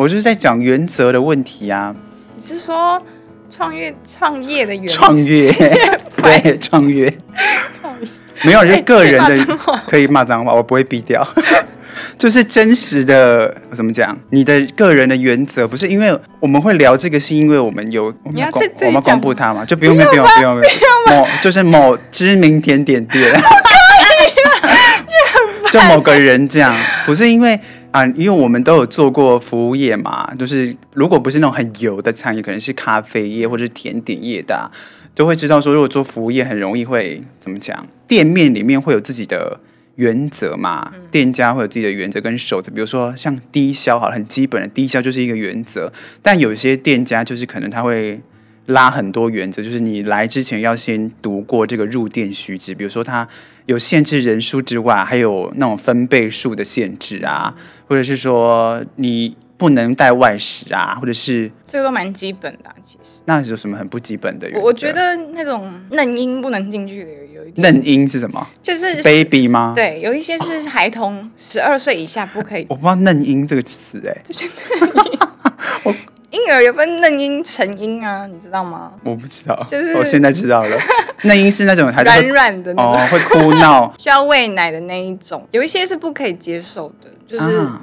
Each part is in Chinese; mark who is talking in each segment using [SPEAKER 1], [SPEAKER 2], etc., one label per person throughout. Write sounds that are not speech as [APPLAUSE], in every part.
[SPEAKER 1] 我就是在讲原则的问题啊，
[SPEAKER 2] 你是说创业创业的原
[SPEAKER 1] 创
[SPEAKER 2] [LAUGHS]
[SPEAKER 1] 业，对，创业，没有，就是个
[SPEAKER 2] [LAUGHS]
[SPEAKER 1] 人
[SPEAKER 2] 哎可以骂
[SPEAKER 1] 的
[SPEAKER 2] 脏话
[SPEAKER 1] 可以骂脏话，我不会逼掉，就是真实的怎么讲，你的个人的原则，不是因为我们会聊这个，是因为我们有我们
[SPEAKER 2] 你要
[SPEAKER 1] 公
[SPEAKER 2] 自自己
[SPEAKER 1] 我们
[SPEAKER 2] 讲
[SPEAKER 1] 公布它嘛，就不用不用不用不用，某就是某知名甜
[SPEAKER 2] [LAUGHS]
[SPEAKER 1] 点店，就某个人这样，不是因为。啊，因为我们都有做过服务业嘛，就是如果不是那种很油的餐饮，可能是咖啡业或者是甜点业的啊、就会知道说，如果做服务业，很容易会怎么讲？店面里面会有自己的原则嘛，
[SPEAKER 2] 嗯
[SPEAKER 1] 店家会有自己的原则跟守则。比如说像低消，好了，很基本的低消就是一个原则，但有些店家就是可能他会。拉很多原则，就是你来之前要先读过这个入店须知，比如说它有限制人数之外，还有那种分贝数的限制啊，
[SPEAKER 2] 嗯
[SPEAKER 1] 或者是说你不能带外食啊，或者是
[SPEAKER 2] 这个都蛮基本的啊、其实
[SPEAKER 1] 那有什么很不基本的原则？啊
[SPEAKER 2] 我我觉得那种嫩婴不能进去的有有一点，
[SPEAKER 1] 嫩婴是什么？
[SPEAKER 2] 就是
[SPEAKER 1] baby 吗？，
[SPEAKER 2] 对，有一些是孩童，十二岁以下不可以。
[SPEAKER 1] 我不知道“嫩婴”这个词哎、
[SPEAKER 2] 婴儿有分嫩婴、成婴啊，你知道吗？
[SPEAKER 1] 我不知道，
[SPEAKER 2] 就是
[SPEAKER 1] 我现在知
[SPEAKER 2] [LAUGHS]
[SPEAKER 1] 道了。嫩婴是那种还是
[SPEAKER 2] 软
[SPEAKER 1] 会
[SPEAKER 2] 软的那种，
[SPEAKER 1] 哦会哭闹
[SPEAKER 2] 需要喂奶的那一种，有一些是不可以接受的， [LAUGHS] 就是、
[SPEAKER 1] 啊，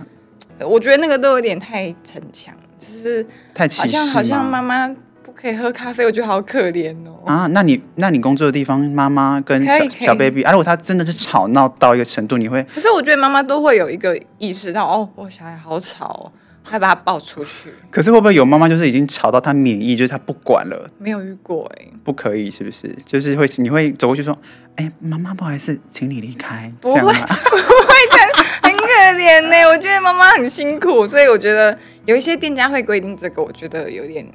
[SPEAKER 2] 我觉得那个都有点太逞强，就是
[SPEAKER 1] 太
[SPEAKER 2] 好
[SPEAKER 1] 歧视
[SPEAKER 2] 像
[SPEAKER 1] 吗
[SPEAKER 2] 好像妈妈不可以喝咖啡，我觉得好可怜哦。
[SPEAKER 1] 啊，那你那你工作的地方，妈妈跟
[SPEAKER 2] 可
[SPEAKER 1] 小
[SPEAKER 2] 以可以
[SPEAKER 1] 小 baby，啊，如果他真的是吵闹到一个程度，你会
[SPEAKER 2] 可是我觉得妈妈都会有一个意识到，哦，我小孩好吵、哦，还把他抱出去，
[SPEAKER 1] 可是会不会有妈妈就是已经吵到他免疫，就是他不管了，
[SPEAKER 2] 没有遇过哎、
[SPEAKER 1] 不可以，是不是？就是会你会走过去说，哎、妈妈不好意思，请你离开，这
[SPEAKER 2] 不
[SPEAKER 1] 样
[SPEAKER 2] 会
[SPEAKER 1] 吗？
[SPEAKER 2] 很可怜呢、我觉得妈妈很辛苦，所以我觉得有一些店家会规定这个，我觉得有点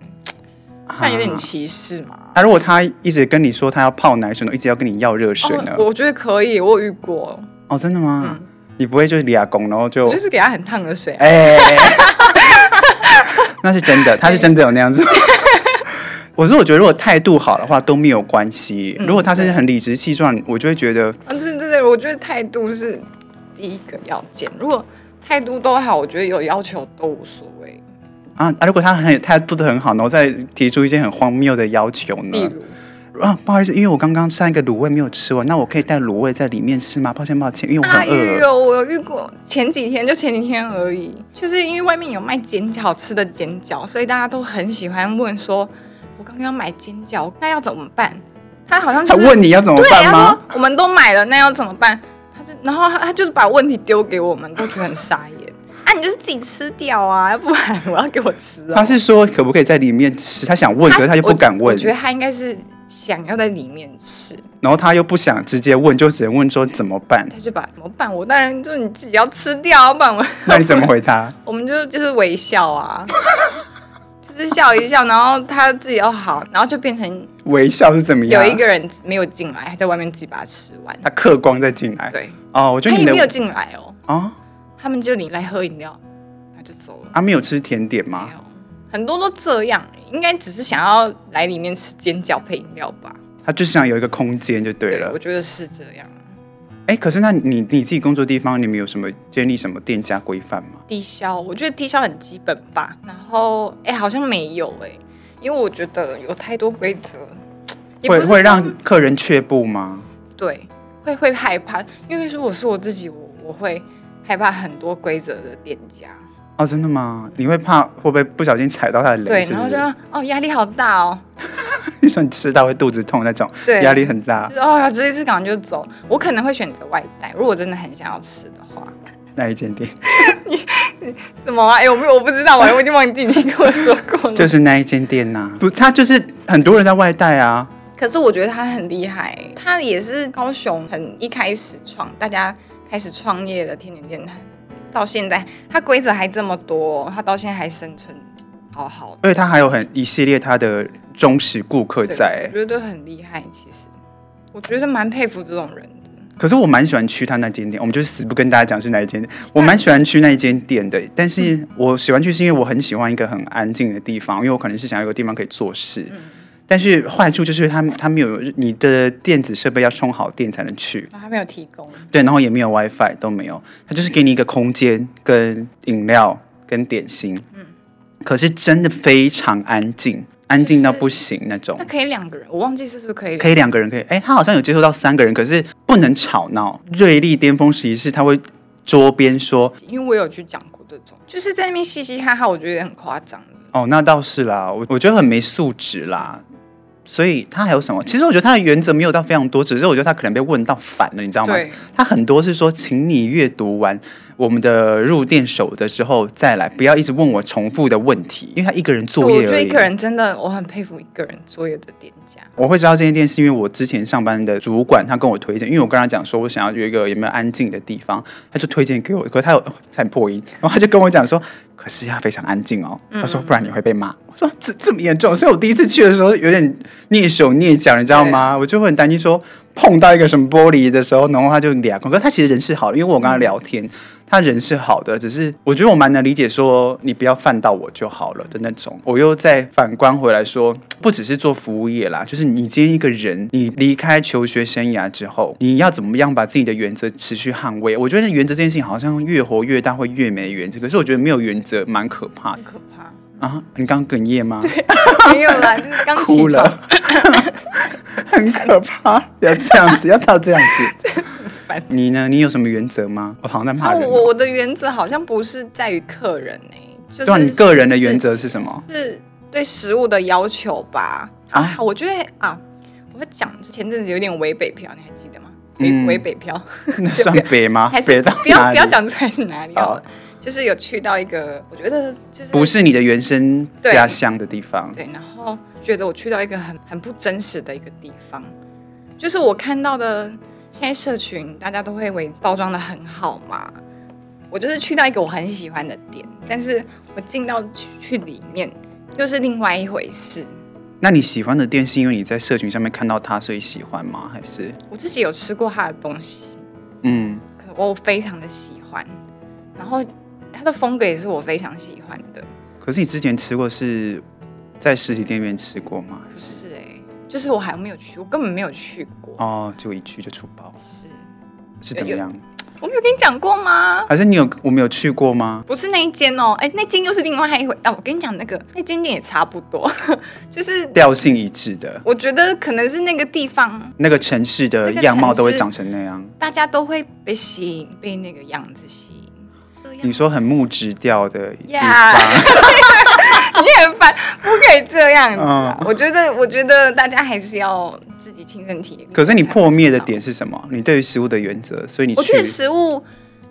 [SPEAKER 2] 算有点歧视嘛。
[SPEAKER 1] [LAUGHS] 啊，如果他一直跟你说他要泡奶水呢，一直要跟你要热水呢
[SPEAKER 2] 哦，，我觉得可以，我有遇过，
[SPEAKER 1] 哦，真的吗？你不会就是俩公，然后就
[SPEAKER 2] 我就是给他很烫的水啊、
[SPEAKER 1] 哎、 [LAUGHS] 那是真的，他是真的有那样子。 [LAUGHS] 我是我觉得，如果态度好的话都没有关系。如果他是很理直气壮，我就会觉得
[SPEAKER 2] 嗯，对对对，我觉得态度是第一个要件。如果态度都好，我觉得有要求都无所谓。
[SPEAKER 1] 啊啊，如果他很态度的很好，然后再提出一些很荒谬的要求
[SPEAKER 2] 例
[SPEAKER 1] 呢？
[SPEAKER 2] 如，
[SPEAKER 1] 啊，不好意思，因为我刚刚上一个卤味没有吃完，那我可以带卤味在里面吃吗？抱歉抱歉，因为我
[SPEAKER 2] 阿
[SPEAKER 1] 很
[SPEAKER 2] 玉
[SPEAKER 1] 饿。
[SPEAKER 2] 有哎我有遇过，前几天就前几天而已，就是因为外面有卖煎饺吃的煎饺，所以大家都很喜欢问说，我刚刚要买煎饺，那要怎么办？他好像
[SPEAKER 1] 他
[SPEAKER 2] 就是
[SPEAKER 1] 问你要怎么
[SPEAKER 2] 对，啊
[SPEAKER 1] 办
[SPEAKER 2] 他说
[SPEAKER 1] 吗？
[SPEAKER 2] 我们都买了，那要怎么办？他就然后他他就是把问题丢给我们，都觉得很傻眼。 [LAUGHS] 啊，你就是自己吃掉啊，要不然我要给我吃哦。
[SPEAKER 1] 他是说可不可以在里面吃？他想问，可是他又不敢
[SPEAKER 2] 我。
[SPEAKER 1] 问
[SPEAKER 2] 我，觉得他应该是想要在里面吃，
[SPEAKER 1] 然后他又不想直接问，就只能问说怎么
[SPEAKER 2] [LAUGHS]
[SPEAKER 1] 办？
[SPEAKER 2] 他就把怎么办？我当然就是你自己要吃掉啊，不然我
[SPEAKER 1] 那你怎么回他？
[SPEAKER 2] 我们就就是微笑啊， [LAUGHS] 就是笑一笑，然后他自己又好，然后就变成
[SPEAKER 1] 微笑是怎么样？
[SPEAKER 2] 有一个人没有进来，还在外面自己把它吃完。
[SPEAKER 1] 他嗑光再进来。
[SPEAKER 2] 对，
[SPEAKER 1] 哦，我觉
[SPEAKER 2] 他
[SPEAKER 1] 得你
[SPEAKER 2] 也
[SPEAKER 1] 的
[SPEAKER 2] 没有进来哦，
[SPEAKER 1] 哦，
[SPEAKER 2] 他们就你来喝饮料，他就走了。
[SPEAKER 1] 他没有吃甜点
[SPEAKER 2] 没
[SPEAKER 1] 吗？
[SPEAKER 2] 有，很多都这样，应该只是想要来里面吃煎饺配饮料吧。
[SPEAKER 1] 他就是想有一个空间就对了
[SPEAKER 2] 我。觉得是这样。
[SPEAKER 1] 哎，可是那你你自己工作地方，你们有什么建立什么店家规范吗？
[SPEAKER 2] 低消，我觉得低消很基本吧。然后，哎、好像没有哎、因为我觉得有太多规则，也不
[SPEAKER 1] 会
[SPEAKER 2] 是说
[SPEAKER 1] 会让客人却步吗？
[SPEAKER 2] 对会会害怕，因为如果是我自己，我我会害怕很多规则的店家，
[SPEAKER 1] 哦，真的吗？你会怕会不会不小心踩到他的雷？
[SPEAKER 2] 对，
[SPEAKER 1] 是
[SPEAKER 2] 然
[SPEAKER 1] 不
[SPEAKER 2] 后
[SPEAKER 1] 是
[SPEAKER 2] 就？哦压力好大哦，
[SPEAKER 1] [LAUGHS] 你说你吃到会肚子痛那种，
[SPEAKER 2] 对，
[SPEAKER 1] 压力很大
[SPEAKER 2] 就是哦直接吃完就走，我可能会选择外带，如果我真的很想要吃的话。
[SPEAKER 1] 那一间
[SPEAKER 2] 嗯
[SPEAKER 1] 店，
[SPEAKER 2] 什么啊？哎、我没有，我不知道，我我已经忘记你跟我说过
[SPEAKER 1] [LAUGHS]
[SPEAKER 2] 了。
[SPEAKER 1] 就是那一间店呐、不，他就是很多人在外带啊。
[SPEAKER 2] [LAUGHS] 可是我觉得他很厉害，欸他也是高雄很一开始创，大家开始创业的甜点店，到现在他规则还这么多，他到现在还生存好好的，
[SPEAKER 1] 而且他还有很一系列他的忠实顾客
[SPEAKER 2] 对
[SPEAKER 1] 在、
[SPEAKER 2] 我觉得很厉害。其实我觉得蛮佩服这种人的。
[SPEAKER 1] 可是我蛮喜欢去他那间店，我们就死不跟大家讲是哪一间店。我蛮喜欢去那一间店的，但是我喜欢去是因为我很喜欢一个很安静的地方，因为我可能是想要有个地方可以做事。但是坏处就是他他没有你的电子设备要充好电才能去，
[SPEAKER 2] 然后他没有提供，
[SPEAKER 1] 对，然后也没有 WiFi 都没有，他就是给你一个空间跟饮料跟点心，可是真的非常安静，安静到不行那种
[SPEAKER 2] 那。可以两个人，我忘记是不是可以。
[SPEAKER 1] 可以两个人可以，哎，他好像有接触到三个人，可是不能吵闹。瑞丽巅峰实习室，他会桌边说
[SPEAKER 2] 因为我有去讲过这种，就是在那边嘻嘻哈哈，我觉得很夸张的。
[SPEAKER 1] 哦，那倒是啦，我我觉得很没素质啦。所以他还有什么？其实我觉得他的原则没有到非常多，只是我觉得他可能被问到烦了，你知道吗？
[SPEAKER 2] 对，
[SPEAKER 1] 他很多是说，请你阅读完我们的入店守则之后再来，不要一直问我重复的问题，因为他一个人作
[SPEAKER 2] 我
[SPEAKER 1] 业
[SPEAKER 2] 觉
[SPEAKER 1] 而
[SPEAKER 2] 得
[SPEAKER 1] 已。
[SPEAKER 2] 一个人真的，我很佩服一个人作业的店
[SPEAKER 1] [LAUGHS]
[SPEAKER 2] 家。
[SPEAKER 1] 我会知道这间店是因为我之前上班的主管他跟我推荐，因为我跟他讲说我想要有一个有没有安静的地方，他就推荐给我，可是他有很破音，然后他就跟我讲说，可是要非常安静哦，他说不然你会被骂。我说这这么严重，所以我第一次去的时候有点蹑手蹑脚，你知道吗？我就会很担心说碰到一个什么玻璃的时候，然后他就俩空。可是他其实人是好的，因为我跟他聊天，他人是好的，只是我觉得我蛮能理解说你不要犯到我就好了的那种。我又再反观回来说，不只是做服务业啦，就是你今天一个人，你离开求学生涯之后，你要怎么样把自己的原则持续捍卫？我觉得原则这件事情好像越活越大会越没原则，可是我觉得没有原则蛮可怕的
[SPEAKER 2] 很可怕。
[SPEAKER 1] 啊！你刚哽咽吗？
[SPEAKER 2] 没有啦，就是刚起
[SPEAKER 1] 哭
[SPEAKER 2] 床，
[SPEAKER 1] 了，很可怕，要这样子，要到这样子。
[SPEAKER 2] [LAUGHS] 烦
[SPEAKER 1] 你呢？你有什么原则吗？我好像在
[SPEAKER 2] 啊，
[SPEAKER 1] 骂人哦、
[SPEAKER 2] 我我的原则好像不是在于客人哎、就是
[SPEAKER 1] 对啊，你个人的原则是什么？
[SPEAKER 2] 是对食物的要求吧？
[SPEAKER 1] 啊
[SPEAKER 2] 啊，我觉得啊，我会讲前阵子有点违北漂，你还记得吗？违
[SPEAKER 1] 嗯
[SPEAKER 2] 违北漂，
[SPEAKER 1] [LAUGHS] 那算北吗
[SPEAKER 2] 还？是
[SPEAKER 1] 北到
[SPEAKER 2] 不要
[SPEAKER 1] 哪
[SPEAKER 2] 不
[SPEAKER 1] 里？
[SPEAKER 2] 要讲出来是哪里好了
[SPEAKER 1] 好。
[SPEAKER 2] 就是有去到一个，我觉得就是
[SPEAKER 1] 不是你的原生
[SPEAKER 2] 对
[SPEAKER 1] 家乡的地方。
[SPEAKER 2] 对，然后觉得我去到一个很很不真实的一个地方，就是我看到的现在社群大家都会为包装的很好嘛，我就是去到一个我很喜欢的店，但是我进到去去里面又是另外一回事。
[SPEAKER 1] 那你喜欢的店是因为你在社群上面看到它，所以喜欢吗？还是
[SPEAKER 2] 我自己有吃过他的东西，
[SPEAKER 1] 嗯，
[SPEAKER 2] 可我非常的喜欢，然后他的风格也是我非常喜欢的，
[SPEAKER 1] 可是你之前吃过是在实体店面吃过吗？
[SPEAKER 2] 不是哎、就是我还没有去，我根本没有去过，
[SPEAKER 1] 哦，就一去就出包，
[SPEAKER 2] 是
[SPEAKER 1] 是怎么样？
[SPEAKER 2] 我没有跟你讲过吗？
[SPEAKER 1] 还是你有我们有去过吗？
[SPEAKER 2] 不是那一间哦，哎、那间又是另外一回。啊，我跟你讲，那个那间店也差不多， [LAUGHS] 就是
[SPEAKER 1] 调性一致的
[SPEAKER 2] 我觉得可能是那个地方
[SPEAKER 1] 那个城市的
[SPEAKER 2] 那个
[SPEAKER 1] 样貌都会
[SPEAKER 2] 城市
[SPEAKER 1] 长成那样。
[SPEAKER 2] 大家都会被吸引，被那个样子吸引。
[SPEAKER 1] 你说很木质调的地方
[SPEAKER 2] Yeah [LAUGHS] 你很烦，不可以这样子啊！
[SPEAKER 1] 嗯
[SPEAKER 2] 我觉得，我觉得大家还是要自己亲身体验。
[SPEAKER 1] [LAUGHS] 可是你
[SPEAKER 2] 才会
[SPEAKER 1] 破灭的
[SPEAKER 2] 知道
[SPEAKER 1] 点是什么？你对于食物的原则，所以你
[SPEAKER 2] 我
[SPEAKER 1] 去
[SPEAKER 2] 觉得食物，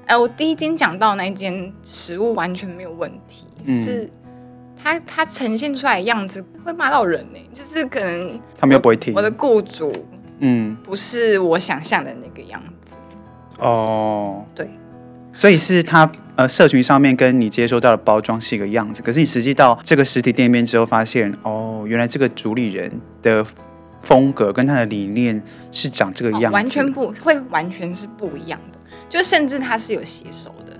[SPEAKER 2] 呃，我第一间讲到那一间食物完全没有问题，
[SPEAKER 1] 嗯
[SPEAKER 2] 是它它呈现出来的样子会骂到人呢、欸就是可能
[SPEAKER 1] 他们又不会听
[SPEAKER 2] 我。的雇主
[SPEAKER 1] 嗯，
[SPEAKER 2] 不是我想象的那个样子，
[SPEAKER 1] 哦，
[SPEAKER 2] 对，
[SPEAKER 1] 所以是他呃，社群上面跟你接收到的包装是一个样子，可是你实际到这个实体店面之后，发现哦，原来这个主理人的风格跟他的理念是长这个样子，
[SPEAKER 2] 哦完全不会完全是不一样的，就甚至它是有写手的，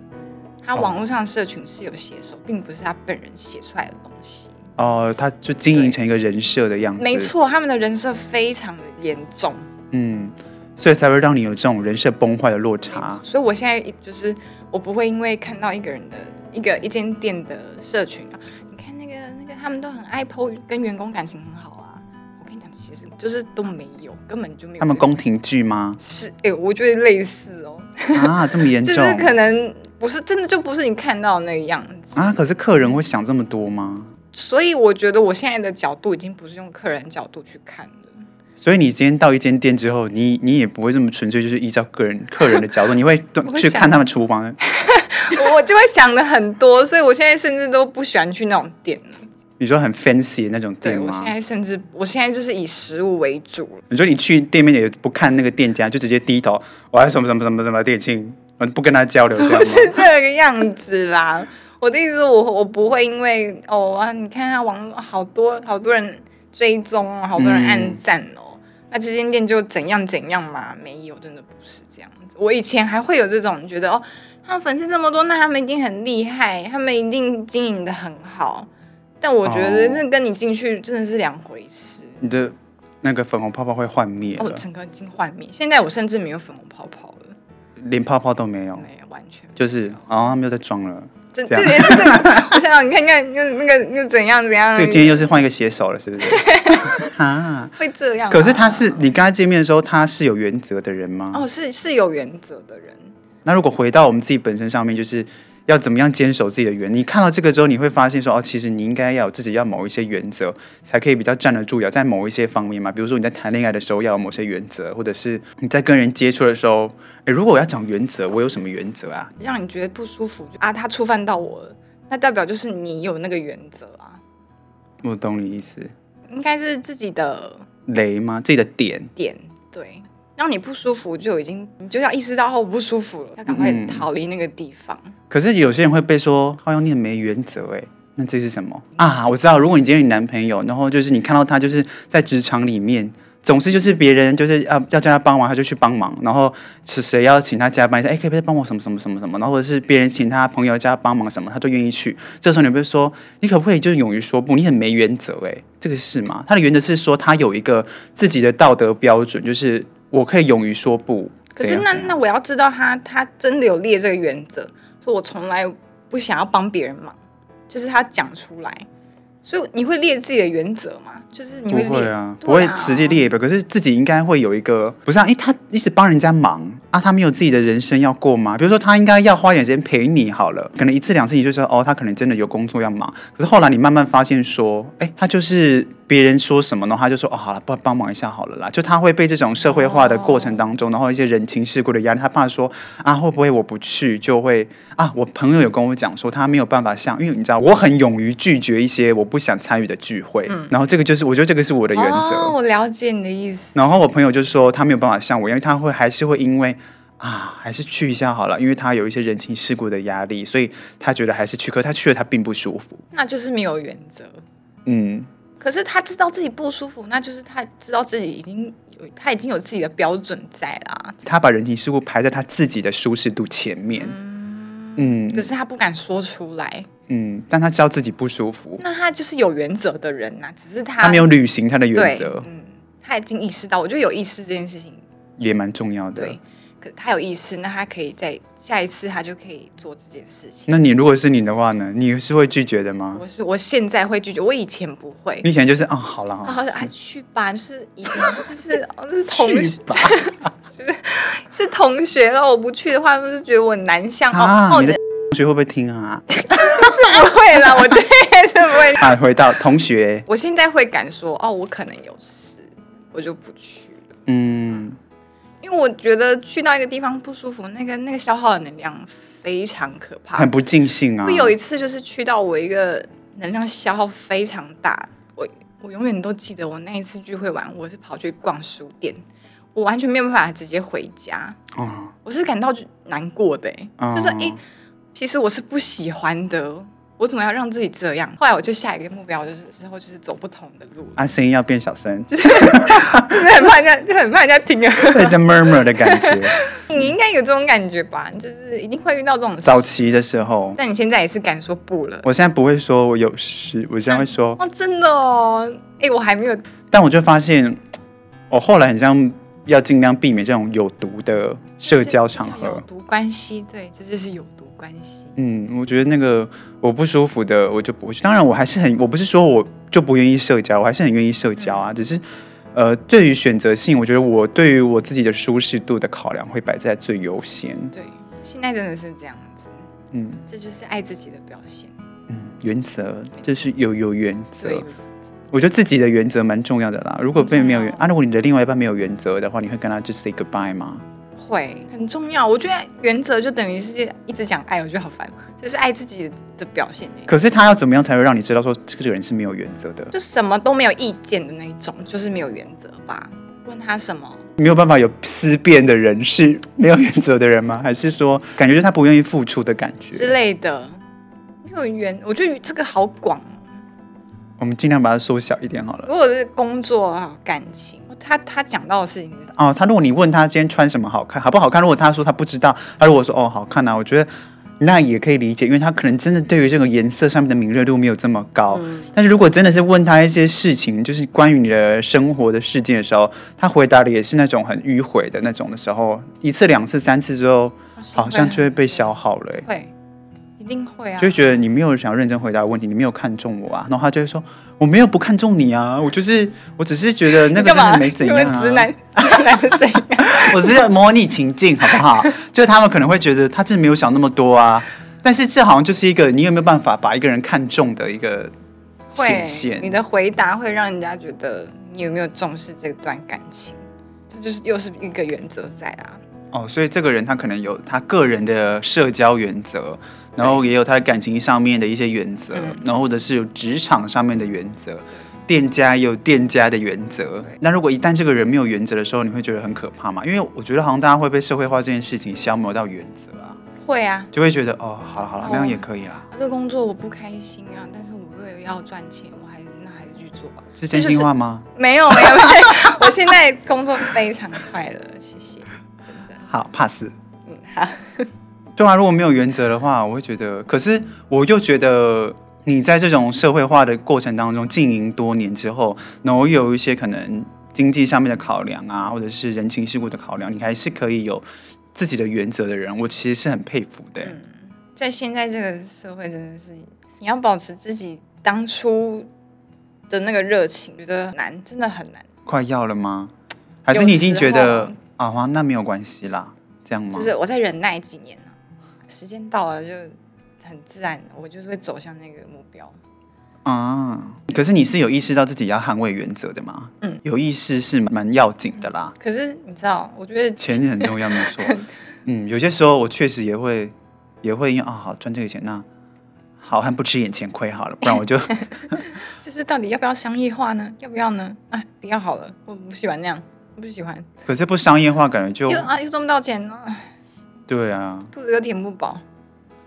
[SPEAKER 2] 它
[SPEAKER 1] 哦
[SPEAKER 2] 网络上的社群是有写手，并不是他本人写出来的东西。
[SPEAKER 1] 哦，他就经营成一个人设的样子，
[SPEAKER 2] 没，错，他们的人设非常的严重，
[SPEAKER 1] 嗯，所以才会让你有这种人设崩坏的落差。
[SPEAKER 2] 所以我现在就是我不会因为看到一个人的一个一间店的社群，啊你看那个那个他们都很爱 PO，跟员工感情很好啊。我跟你讲，其实就是都没有，根本就没有。？
[SPEAKER 1] 他们宫廷剧吗
[SPEAKER 2] 是哎、我觉得类似哦，
[SPEAKER 1] 啊，这么严
[SPEAKER 2] [LAUGHS] 就
[SPEAKER 1] 重？
[SPEAKER 2] 是可能不是真的，就不是你看到的那个样子。
[SPEAKER 1] 啊，可是客人会想这么多吗？
[SPEAKER 2] 所以我觉得我现在的角度已经不是用客人角度去看了。 [LAUGHS]
[SPEAKER 1] 所以你今天到一间店之后，你你也不会这么纯粹，就是依照个人客人的角度，你
[SPEAKER 2] [LAUGHS]
[SPEAKER 1] 会
[SPEAKER 2] 会
[SPEAKER 1] 去
[SPEAKER 2] 想
[SPEAKER 1] 看他们厨房。
[SPEAKER 2] 我我就会想的很多，所以我现在甚至都不喜欢去那种店了。
[SPEAKER 1] 你说很 fancy 的那种
[SPEAKER 2] 对
[SPEAKER 1] 店
[SPEAKER 2] 我现
[SPEAKER 1] 吗？
[SPEAKER 2] 在甚至我现在就是以食物为主了，
[SPEAKER 1] 你说你去店面也不看那个店家，就直接低头，我要什么什么什么什么店庆，我不跟他交流
[SPEAKER 2] [LAUGHS]
[SPEAKER 1] 这样
[SPEAKER 2] 不
[SPEAKER 1] 吗？
[SPEAKER 2] 是这个样子啦。我的意思是我我不会因为哦啊，你看啊，网络好多好多人追踪哦，好多人按赞哦，那这间店就怎样怎样嘛？没有，真的不是这样子。我以前还会有这种觉得哦，他们粉丝这么多，那他们一定很厉害，他们一定经营的很好。但我觉得
[SPEAKER 1] 哦
[SPEAKER 2] 那跟你进去真的是两回事。
[SPEAKER 1] 你的那个粉红泡泡会幻灭
[SPEAKER 2] 哦，
[SPEAKER 1] 了，
[SPEAKER 2] 整个已经幻灭，现在我甚至没有粉红泡泡了，
[SPEAKER 1] 连泡泡都没有，
[SPEAKER 2] 没有完全。
[SPEAKER 1] 就是哦，他们又在装了。
[SPEAKER 2] 这
[SPEAKER 1] 这
[SPEAKER 2] 这
[SPEAKER 1] 样
[SPEAKER 2] 件事情，我想想，你看看，就是那个又怎样怎样
[SPEAKER 1] 这，个今天又是换一个写手了，是
[SPEAKER 2] [LAUGHS]
[SPEAKER 1] 不是？啊！
[SPEAKER 2] 会这样吗。
[SPEAKER 1] 可是他是你跟他见面的时候，他是有原则的人吗？
[SPEAKER 2] 哦，是是有原则的人，
[SPEAKER 1] 那如果回到我们自己本身上面，就是要怎么样坚守自己的原则？你看到这个之后，你会发现说，哦，其实你应该要有自己要某一些原则，才可以比较站得住脚，在某一些方面嘛。比如说你在谈恋爱的时候要有某些原则，或者是你在跟人接触的时候，诶，如果我要讲原则，我有什么原则啊？
[SPEAKER 2] 让你觉得不舒服就啊，他触犯到我了，那代表就是你有那个原则啊，
[SPEAKER 1] 我懂你意思，
[SPEAKER 2] 应该是自己的
[SPEAKER 1] 雷吗？自己的点，
[SPEAKER 2] 点，对，让你不舒服就已经你就要意识到哦，我不舒服了，要赶快
[SPEAKER 1] 嗯
[SPEAKER 2] 逃离那个地方。
[SPEAKER 1] 可是有些人会被说，好像你很没原则哎、那这是什么啊？我知道，如果你今天有你男朋友，然后就是你看到他就是在职场里面，总是就是别人就是要要叫他帮忙，他就去帮忙，然后是谁要请他加班一下，哎，可不可以帮我什么什么什么什么，然后或者是别人请他朋友家帮忙什么，他都愿意去。这时候你会说，你可不可以就是勇于说不？你很没原则哎、这个是吗？他的原则是说他有一个自己的道德标准，就是我可以勇于说不。
[SPEAKER 2] 可是
[SPEAKER 1] 怎
[SPEAKER 2] 那
[SPEAKER 1] 样怎样
[SPEAKER 2] 那我要知道他他真的有列这个原则，说我从来不想要帮别人忙，就是他讲出来。所以你会列自己的原则吗？就是你会列
[SPEAKER 1] 不会啊，
[SPEAKER 2] 对
[SPEAKER 1] 不会实际列表，可是自己应该会有一个，不是啊？因为他一直帮人家忙啊，他没有自己的人生要过吗？比如说，他应该要花一点时间陪你好了，可能一次两次你就说哦，他可能真的有工作要忙，可是后来你慢慢发现说，哎，他就是别人说什么，然后他就说哦，好了，帮帮忙一下好了啦，就他会被这种社会化的过程当中，然后一些人情世故的压力，他怕说啊，会不会我不去就会啊？我朋友有跟我讲说，他没有办法像，因为你知道，我很勇于拒绝一些我不想参与的聚会，然后这个就是我觉得这个是我的原则。
[SPEAKER 2] 哦，我了解你的意思。
[SPEAKER 1] 然后我朋友就说他没有办法像我，因为他会还是会因为啊，还是去一下好了，因为他有一些人情世故的压力，所以他觉得还是去。可他去了，他并不舒服。
[SPEAKER 2] 那就是没有原则。
[SPEAKER 1] 嗯，
[SPEAKER 2] 可是他知道自己不舒服，那就是他知道自己已经有他已经有自己的标准在啦。
[SPEAKER 1] 他把人情世故排在他自己的舒适度前面。嗯
[SPEAKER 2] 可是他不敢说出来，
[SPEAKER 1] 嗯，但他知道自己不舒服，
[SPEAKER 2] 那他就是有原则的人呐、啊只是他
[SPEAKER 1] 他没有履行他的原
[SPEAKER 2] 对
[SPEAKER 1] 则，
[SPEAKER 2] 嗯，他已经意识到，我觉得有意识这件事情，
[SPEAKER 1] 也蛮重要的
[SPEAKER 2] 对。，可他有意识，那他可以在下一次他就可以做这件事情。
[SPEAKER 1] 那你如果是你的话呢？你是会拒绝的吗？
[SPEAKER 2] 我是我现在会拒绝，我以前不会。
[SPEAKER 1] 你以前就是啊、好了，
[SPEAKER 2] 然
[SPEAKER 1] 好
[SPEAKER 2] 后就哎去吧，就是以前
[SPEAKER 1] [LAUGHS]
[SPEAKER 2] 就是哦这是同
[SPEAKER 1] 去
[SPEAKER 2] 学
[SPEAKER 1] 吧。
[SPEAKER 2] 是同学，然后我不去的话，他们就觉得我很难相
[SPEAKER 1] [LAUGHS]
[SPEAKER 2] 哦。
[SPEAKER 1] 啊，
[SPEAKER 2] 哦
[SPEAKER 1] 你的同学会不会听啊？
[SPEAKER 2] 是不会啦，我这是不会。
[SPEAKER 1] 啊，回到同学，
[SPEAKER 2] 我现在会敢说哦，我可能有事，我就不去了，
[SPEAKER 1] 嗯，
[SPEAKER 2] 因为我觉得去到一个地方不舒服，那个那个消耗的能量非常可怕。
[SPEAKER 1] 很不尽兴啊。
[SPEAKER 2] 我有一次就是去到我一个能量消耗非常大，我我永远都记得我那一次聚会完，我是跑去逛书店，我完全没有办法直接回家，
[SPEAKER 1] 哦
[SPEAKER 2] 我是感到难过的、欸，
[SPEAKER 1] 哦
[SPEAKER 2] 就说诶，其实我是不喜欢的。我怎么要让自己这样？后来我就下一个目标，就是之后就是走不同的 [LAUGHS] 路，
[SPEAKER 1] 啊，声音要变小 [LAUGHS] 声，就是
[SPEAKER 2] 就是很怕人家，就很怕人家听啊。
[SPEAKER 1] 在 murmur 的感觉。
[SPEAKER 2] [LAUGHS] 你应该有这种感觉吧？就是一定会遇到这种
[SPEAKER 1] [LAUGHS] 早
[SPEAKER 2] 事。
[SPEAKER 1] 期的时候，
[SPEAKER 2] 但你现在也是敢说不了，
[SPEAKER 1] 我现在不会说我有事，我现在会说，
[SPEAKER 2] 哦，真的哦，哎、我还没有
[SPEAKER 1] 但我就发现，我后来很像要尽量避免这种有毒的社交场
[SPEAKER 2] 就是有
[SPEAKER 1] 合。
[SPEAKER 2] 毒关系，对，这就是有毒关系。
[SPEAKER 1] 嗯，我觉得那个我不舒服的，我就不会去。当然，我还是很，我不是说我就不愿意社交，我还是很愿意社交啊。只是，呃，对于选择性，我觉得我对于我自己的舒适度的考量会摆在最优先。
[SPEAKER 2] 对，现在真的是这样子，
[SPEAKER 1] 嗯
[SPEAKER 2] 这就是爱自己的表现。
[SPEAKER 1] 嗯，原则就是有有原则。
[SPEAKER 2] 对，
[SPEAKER 1] 我觉得自己的原则蛮重要的啦。如果被没有原
[SPEAKER 2] 很重要
[SPEAKER 1] 啊，如果你的另外一半没有原则的话，你会跟他就 say goodbye 吗？
[SPEAKER 2] 会很重要。我觉得原则就等于是一直讲爱，我觉得好烦，啊就是爱自己的表现欸
[SPEAKER 1] 可是他要怎么样才会让你知道说这个人是没有原则的？
[SPEAKER 2] 就什么都没有意见的那一种，就是没有原则吧？问他什么？
[SPEAKER 1] 没有办法有思辨的人是没有原则的人吗？还是说感觉就是他不愿意付出的感
[SPEAKER 2] 之
[SPEAKER 1] 觉？
[SPEAKER 2] 类的。没有原，我觉得这个好广哦。
[SPEAKER 1] 我们尽量把它缩小一点好了。
[SPEAKER 2] 如果是工作啊、感情，他他讲到的事情是，
[SPEAKER 1] 哦，他如果你问他今天穿什么好看，好不好看，如果他说他不知道，他如果说哦好看啊，我觉得那也可以理解，因为他可能真的对于这个颜色上面的敏锐度没有这么高。
[SPEAKER 2] 嗯
[SPEAKER 1] 但是如果真的是问他一些事情，就是关于你的生活的事件的时候，他回答的也是那种很迂回的
[SPEAKER 2] 嗯
[SPEAKER 1] 那种的时候，一次、两次、三次之后，好像就会被消耗了、欸。
[SPEAKER 2] 会，一定定会啊
[SPEAKER 1] 就。会觉得你没有想要认真回答问题，你没有看中我啊，然后他就会说我没有不看中你啊，我就是我只是觉得那
[SPEAKER 2] 你
[SPEAKER 1] 个真
[SPEAKER 2] 干嘛？
[SPEAKER 1] 的没怎样、
[SPEAKER 2] 你
[SPEAKER 1] 啊，
[SPEAKER 2] 们直男 [LAUGHS] 直男的声 [LAUGHS] 音啊，
[SPEAKER 1] [LAUGHS] 我只是模拟情境，好不
[SPEAKER 2] [LAUGHS]
[SPEAKER 1] 好？就是他们可能会觉得他真的没有想那么多啊，但是这好像就是一个你有没有办法把一个人看中的一个
[SPEAKER 2] 会
[SPEAKER 1] 显现。
[SPEAKER 2] 你的回答会让人家觉得你有没有重视这段感情，这就是又是一个原则在啊。
[SPEAKER 1] 哦，所以这个人他可能有他个人的社交原则，然后也有他感情上面的一些原则，
[SPEAKER 2] 嗯
[SPEAKER 1] 然后或者是有职场上面的原则，店家也有店家的原则。那如果一旦这个人没有原则的时候，你会觉得很可怕吗？因为我觉得好像大家会被社会化这件事情消磨到原则啊，
[SPEAKER 2] 会啊，
[SPEAKER 1] 就会觉得哦，好了好了，那样
[SPEAKER 2] 哦
[SPEAKER 1] 也可以啦，
[SPEAKER 2] 这个工作我不开心啊，但是我为了要赚钱，我还那还是去做吧。
[SPEAKER 1] 是真心话吗？
[SPEAKER 2] 没有没有没有， [LAUGHS] 我现在工作非常快乐，谢谢，真的。
[SPEAKER 1] 好，pass。
[SPEAKER 2] 嗯，好，
[SPEAKER 1] 对啊，如果没有原则的话，我会觉得，可是我又觉得你在这种社会化的过程当中经营多年之后，然后又有一些可能经济上面的考量啊，或者是人情世故的考量，你还是可以有自己的原则的人，我其实是很佩服的。
[SPEAKER 2] 在现在这个社会，真的是你要保持自己当初的那个热情，觉得很难，真的很难。
[SPEAKER 1] 快要了吗？还是你已经觉得啊，哇那没有关系啦，这样吗？
[SPEAKER 2] 就是我再忍耐几年啊时间到了就很自然，我就是会走向那个目标。
[SPEAKER 1] 啊，可是你是有意识到自己要捍卫原则的吗？
[SPEAKER 2] 嗯，
[SPEAKER 1] 有意识是蛮要紧的啦。
[SPEAKER 2] 可是你知道，我觉得
[SPEAKER 1] 钱很重要，没有错。嗯，有些时候我确实也会，也会因为啊、好赚这个钱，那好汉不吃眼前亏好了，不然我就 [LAUGHS]
[SPEAKER 2] 就是到底要不要商业化呢？要不要呢？哎，不要好了，我不喜欢那样，我不喜欢。
[SPEAKER 1] 可是不商业化，感觉就
[SPEAKER 2] 又啊又赚不到钱，啊
[SPEAKER 1] 对啊。
[SPEAKER 2] 肚子又填不饱。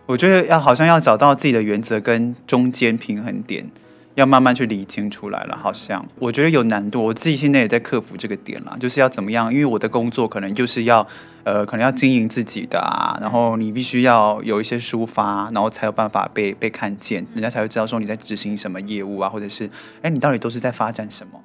[SPEAKER 1] 我觉得要好像要找到自己的原则跟中间平衡点，要慢慢去理清出来了。好像我觉得有难度，我自己现在也在克服这个点啦，就是要怎么样？因为我的工作可能就是要呃，可能要经营自己的啊，然后你必须要有一些抒发，然后才有办法被被看见，人家才会知道说你在执行什么业务啊，或者是哎，你到底都是在发展什么？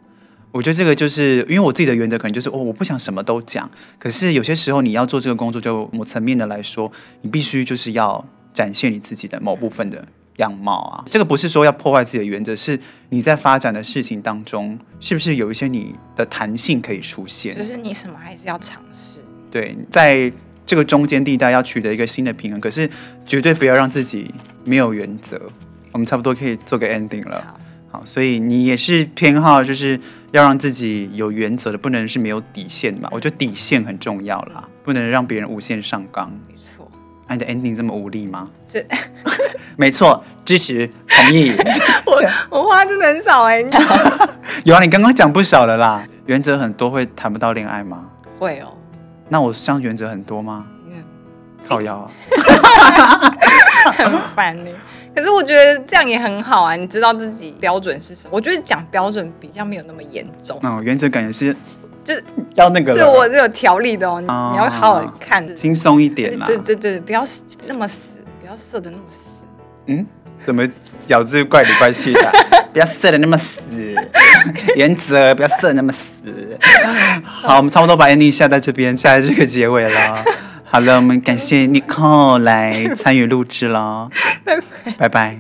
[SPEAKER 1] 我觉得这个就是因为我自己的原则，可能就是哦，我不想什么都讲。可是有些时候你要做这个工作，就某层面的来说，你必须就是要展现你自己的某部分的样貌啊。这个不是说要破坏自己的原则，是你在发展的事情当中，是不是有一些你的弹性可以出现？
[SPEAKER 2] 就是你什么还是要尝试。
[SPEAKER 1] 对，在这个中间地带要取得一个新的平衡，可是绝对不要让自己没有原则。我们差不多可以做个 ending 了。好，所以你也是偏好就是要让自己有原则的，不能是没有底线的嘛。我觉得底线很重要啦，不能让别人无限上纲。
[SPEAKER 2] 没错，
[SPEAKER 1] 啊、你的 ending 这么无力吗？
[SPEAKER 2] 这
[SPEAKER 1] 没错，支持同
[SPEAKER 2] [LAUGHS]
[SPEAKER 1] 意。
[SPEAKER 2] 我话真的很少哎、你
[SPEAKER 1] 有啊，你刚刚讲不少了啦。原则很多会谈不到恋爱吗？
[SPEAKER 2] 会哦，
[SPEAKER 1] 那我上原则很多吗？
[SPEAKER 2] 嗯，
[SPEAKER 1] 靠腰啊。
[SPEAKER 2] 很 [LAUGHS] 烦你。可是我觉得这样也很好啊，你知道自己标准是什么？我觉得讲标准比较没有那么严重，
[SPEAKER 1] 嗯，原则感也是，
[SPEAKER 2] 就是
[SPEAKER 1] 要那个
[SPEAKER 2] 这
[SPEAKER 1] 了
[SPEAKER 2] 我是有条理的哦，你,、
[SPEAKER 1] 啊
[SPEAKER 2] 你要好好看。
[SPEAKER 1] 轻松一
[SPEAKER 2] 对
[SPEAKER 1] 点啦。啊
[SPEAKER 2] 对对对，不要那么死，不要射的那么死。
[SPEAKER 1] 嗯，怎么咬字怪里怪气的啊？ [LAUGHS] 不要射的那么死，原则不要射得那么 [LAUGHS] 死。好，我们差不多把 ending 下在这边，下在这个结尾 [LAUGHS] 了。好了，我们感谢 Nicole 来参与录制了，拜拜。